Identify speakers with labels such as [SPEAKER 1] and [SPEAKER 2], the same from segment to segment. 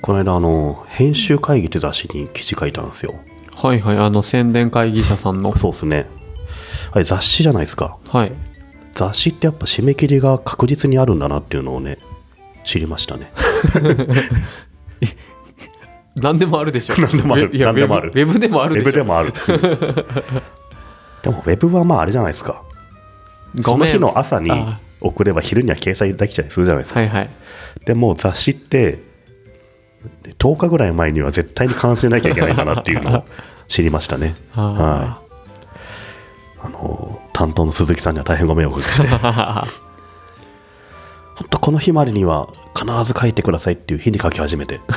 [SPEAKER 1] この間あの「編集会議」って雑誌に記事書いたんですよ
[SPEAKER 2] はいはいあの宣伝会議者さんの
[SPEAKER 1] そうですねあれ雑誌じゃないですか
[SPEAKER 2] はい
[SPEAKER 1] 雑誌ってやっぱ締め切りが確実にあるんだなっていうのをね知りましたね
[SPEAKER 2] 何でもあるでしょ
[SPEAKER 1] 何でもある
[SPEAKER 2] ウェブいや
[SPEAKER 1] 何でもある
[SPEAKER 2] ウェブウェブでもあ
[SPEAKER 1] ウ
[SPEAKER 2] る
[SPEAKER 1] ェ
[SPEAKER 2] で
[SPEAKER 1] ブ
[SPEAKER 2] し
[SPEAKER 1] で
[SPEAKER 2] ょ
[SPEAKER 1] も あるでもウェブはまああれじゃないですか
[SPEAKER 2] ご
[SPEAKER 1] その
[SPEAKER 2] めん
[SPEAKER 1] 日の朝に
[SPEAKER 2] あ
[SPEAKER 1] 送れば昼には掲載できたりするじゃないですか、
[SPEAKER 2] はいはい
[SPEAKER 1] でもう雑誌って10日ぐらい前には絶対に完成しなきゃいけないんだなっていうの を知りましたね
[SPEAKER 2] あ
[SPEAKER 1] はいあの担当の鈴木さんには大変ご迷惑をおかけ して本当この日までには必ず書いてくださいっていう日に書き始めて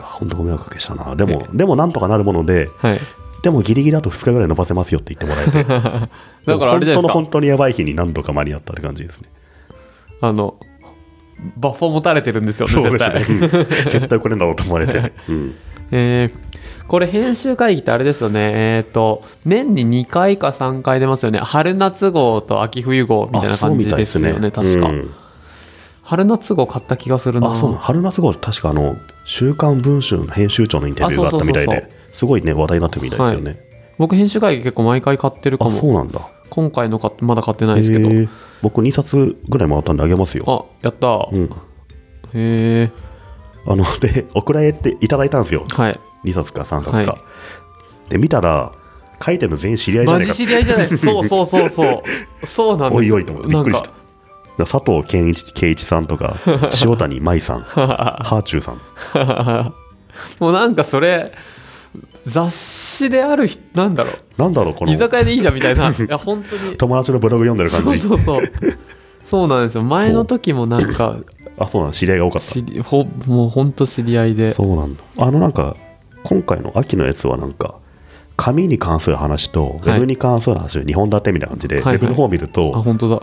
[SPEAKER 1] 本当ご迷惑をおかけしたなでもでもなんとかなるもので
[SPEAKER 2] はい
[SPEAKER 1] でもギリギリあと2日ぐらい伸ばせますよって言ってもらえて
[SPEAKER 2] だからあれじゃ
[SPEAKER 1] 本当の
[SPEAKER 2] ないですか
[SPEAKER 1] 本当にやばい日に何度か間に合ったって感じですね
[SPEAKER 2] あのバッファ持たれてるんですよね
[SPEAKER 1] そう
[SPEAKER 2] 絶
[SPEAKER 1] で
[SPEAKER 2] 対
[SPEAKER 1] すねうん絶対これだろうと思われて、うん
[SPEAKER 2] えーこれ編集会議ってあれですよねえっ、と年に2回か3回出ますよね春夏号と秋冬号みたいな感じですよね
[SPEAKER 1] あそうみ
[SPEAKER 2] 確
[SPEAKER 1] た
[SPEAKER 2] か、
[SPEAKER 1] いですね
[SPEAKER 2] 春夏号買った気がする
[SPEAKER 1] うん
[SPEAKER 2] な
[SPEAKER 1] あそうなの春夏号確かあの「週刊文春」の編集長のインタビューがあったみたい
[SPEAKER 2] あそうそう
[SPEAKER 1] で
[SPEAKER 2] そ
[SPEAKER 1] すごいね話題になってるみたいですよね、
[SPEAKER 2] 僕編集会議結構毎回買ってるか
[SPEAKER 1] あそう
[SPEAKER 2] も
[SPEAKER 1] なんだ
[SPEAKER 2] 今回の買ってまだ買ってないですけど、
[SPEAKER 1] へえ僕2冊ぐらいもらったんであげますよ
[SPEAKER 2] あやった、
[SPEAKER 1] うん
[SPEAKER 2] へえ
[SPEAKER 1] あのでお蔵入りっていただいたんですよ
[SPEAKER 2] はい
[SPEAKER 1] 2冊か3冊か、
[SPEAKER 2] は
[SPEAKER 1] で見たら書いてるの全員知り合いじゃ
[SPEAKER 2] マ
[SPEAKER 1] ない
[SPEAKER 2] ジ
[SPEAKER 1] か
[SPEAKER 2] 知り合いじゃないですか そうそうそうそうそうなんです
[SPEAKER 1] おいおいと思ってびっくりした
[SPEAKER 2] なんか
[SPEAKER 1] だから佐藤健一圭一さんと か塩谷舞さんハーチューさん
[SPEAKER 2] もうなんかそれ雑誌である人なんだろう
[SPEAKER 1] なんだろうこの
[SPEAKER 2] 居酒屋でいいじゃんみた いないや本当に
[SPEAKER 1] 友達のブログ読んでる感じ
[SPEAKER 2] そうそうそうそうなんですよ前の時もなんか
[SPEAKER 1] あそうなの知り合いが多かった
[SPEAKER 2] 知りほもう本当知り合いで
[SPEAKER 1] そうなんだあのなんか今回の秋のやつはなんか紙に関する話とウ
[SPEAKER 2] はい
[SPEAKER 1] ェブに関する話を2本立てみたいな感じで、
[SPEAKER 2] はいはい
[SPEAKER 1] ウェブの方を見ると、
[SPEAKER 2] あ本当だ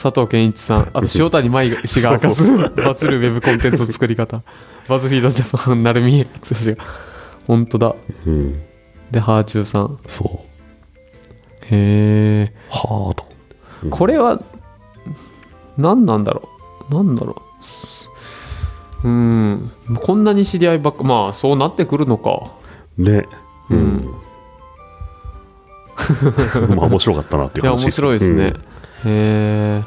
[SPEAKER 2] 佐藤健一 さんあと塩谷舞氏が明かす バズるウェブコンテンツの作り方バズフィードジャパン成海剛が本当だ
[SPEAKER 1] うん、
[SPEAKER 2] でハーチューさん
[SPEAKER 1] そう
[SPEAKER 2] へえ
[SPEAKER 1] はあと思ってうん
[SPEAKER 2] これは何なんだろう何だろうすうんこんなに知り合いばっかまあそうなってくるのか
[SPEAKER 1] ね
[SPEAKER 2] うん、
[SPEAKER 1] まあ面白かったなってい
[SPEAKER 2] いうや
[SPEAKER 1] 話
[SPEAKER 2] 面白いですね、へえ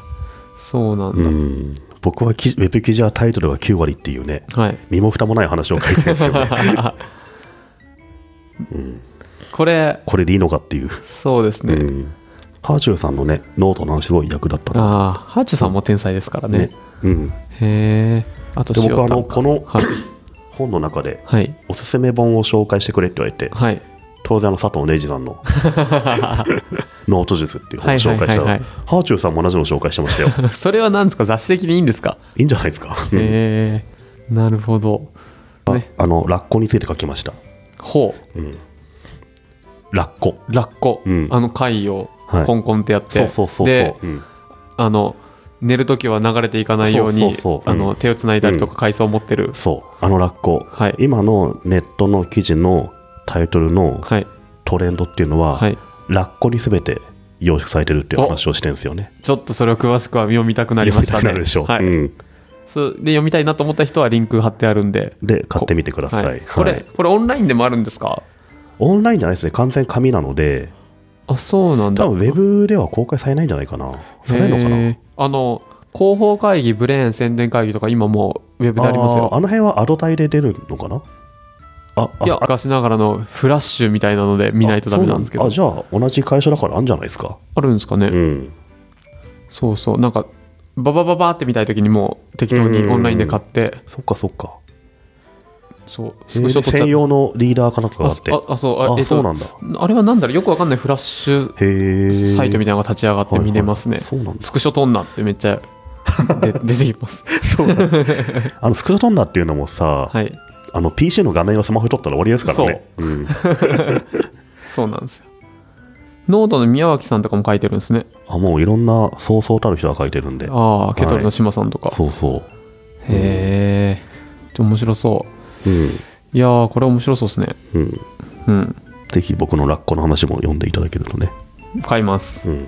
[SPEAKER 2] そうなん
[SPEAKER 1] うん、
[SPEAKER 2] だ、
[SPEAKER 1] うん僕は記事ウェブ記事はタイトルが9割っていうね
[SPEAKER 2] はい
[SPEAKER 1] 身も蓋もない話を書いてるん ですよね
[SPEAKER 2] これ
[SPEAKER 1] これでいいのかっていう、
[SPEAKER 2] そうですね、
[SPEAKER 1] うんハーチューさんのねノートの話すごい役立ったな
[SPEAKER 2] ああハーチューさんも天才ですからね
[SPEAKER 1] うん、
[SPEAKER 2] へえあと
[SPEAKER 1] で僕あの
[SPEAKER 2] 塩
[SPEAKER 1] この
[SPEAKER 2] タンはい
[SPEAKER 1] 本の中で
[SPEAKER 2] はい
[SPEAKER 1] おすすめ本を紹介してくれって言われて
[SPEAKER 2] はい
[SPEAKER 1] 当然あの佐藤礼二さんのノート術っていう本を紹介し
[SPEAKER 2] はいはいはい
[SPEAKER 1] た
[SPEAKER 2] はい
[SPEAKER 1] ハーチューさんも同じのを紹介してま したよ
[SPEAKER 2] それは何ですか雑誌的にいいんですか
[SPEAKER 1] いいんじゃないですか、うん
[SPEAKER 2] へえなるほど
[SPEAKER 1] あ
[SPEAKER 2] ね
[SPEAKER 1] あのラッコについて書きました、
[SPEAKER 2] ほう
[SPEAKER 1] うん、ラッコ
[SPEAKER 2] ラッコ、
[SPEAKER 1] うん
[SPEAKER 2] あの貝を
[SPEAKER 1] はい
[SPEAKER 2] コンコンってやっ
[SPEAKER 1] そ
[SPEAKER 2] て、
[SPEAKER 1] うそうそうそう
[SPEAKER 2] で、
[SPEAKER 1] うん
[SPEAKER 2] あの寝る時は流れていかないように
[SPEAKER 1] そうそうそう
[SPEAKER 2] あ
[SPEAKER 1] うん
[SPEAKER 2] の手をつないだりとか海藻を持ってる、
[SPEAKER 1] そうあのラッコ、
[SPEAKER 2] はい
[SPEAKER 1] 今のネットの記事のタイトルの
[SPEAKER 2] はい
[SPEAKER 1] トレンドっていうのは、
[SPEAKER 2] はい
[SPEAKER 1] ラッコに全て凝縮されてるっていう話をしてるんですよね
[SPEAKER 2] ちょっとそれを詳しくは読みたくなりました
[SPEAKER 1] 読みたく
[SPEAKER 2] ね
[SPEAKER 1] なるでしょう、
[SPEAKER 2] はい
[SPEAKER 1] うん
[SPEAKER 2] そうで読みたいなと思った人はリンク貼ってあるんで
[SPEAKER 1] で買ってみてください、
[SPEAKER 2] はいこれ、
[SPEAKER 1] はい
[SPEAKER 2] これオンラインでもあるんですか
[SPEAKER 1] オンラインじゃないですね完全紙なので
[SPEAKER 2] あそうなんだ
[SPEAKER 1] 多分ウェブでは公開されないんじゃないかなされるのか
[SPEAKER 2] へ
[SPEAKER 1] な
[SPEAKER 2] ーあの広報会議ブレーン宣伝会議とか今もうウェブであります
[SPEAKER 1] あー
[SPEAKER 2] よ
[SPEAKER 1] あの辺はアドタイで出るのかなああ
[SPEAKER 2] いや昔ながらのフラッシュみたいなので見ないとダメなんですけどあ
[SPEAKER 1] あそうなんあじゃあ同じ会社だからあるんじゃないですか
[SPEAKER 2] るんですかね、
[SPEAKER 1] うん
[SPEAKER 2] そうそうなんかババババって見たい時にもう適当にオンラインで買って
[SPEAKER 1] そっかそっか
[SPEAKER 2] そうス
[SPEAKER 1] え
[SPEAKER 2] クショ
[SPEAKER 1] ー
[SPEAKER 2] 撮っちゃ
[SPEAKER 1] 専
[SPEAKER 2] っ
[SPEAKER 1] 用のリーダーかなんかがあって
[SPEAKER 2] たあああそうあ,、
[SPEAKER 1] あ
[SPEAKER 2] えっと
[SPEAKER 1] そうなんだ
[SPEAKER 2] あれはなんだろうよくわかんないフラッシュ
[SPEAKER 1] へえ
[SPEAKER 2] サイトみたいなのが立ち上がって見れます
[SPEAKER 1] は
[SPEAKER 2] ね、
[SPEAKER 1] いはいそうなんだ
[SPEAKER 2] スクショ撮んなってめっちゃで出てきます
[SPEAKER 1] そうなんだあのスクショ飛んだっていうのもさ、
[SPEAKER 2] はい
[SPEAKER 1] あの PC の画面をスマホで撮ったら終わりですからねうん
[SPEAKER 2] そうなんですよノートの宮脇さんとかも書いてるんですね
[SPEAKER 1] あもういろんなそうそうたる人が書いてるんで
[SPEAKER 2] ああケトルの島さんとか、
[SPEAKER 1] そうそ
[SPEAKER 2] へえ面白そうういやーこれ面白そうですね
[SPEAKER 1] うんうん
[SPEAKER 2] うん
[SPEAKER 1] ぜひ僕のラッコの話も読んでいただけるとね
[SPEAKER 2] 買います
[SPEAKER 1] うん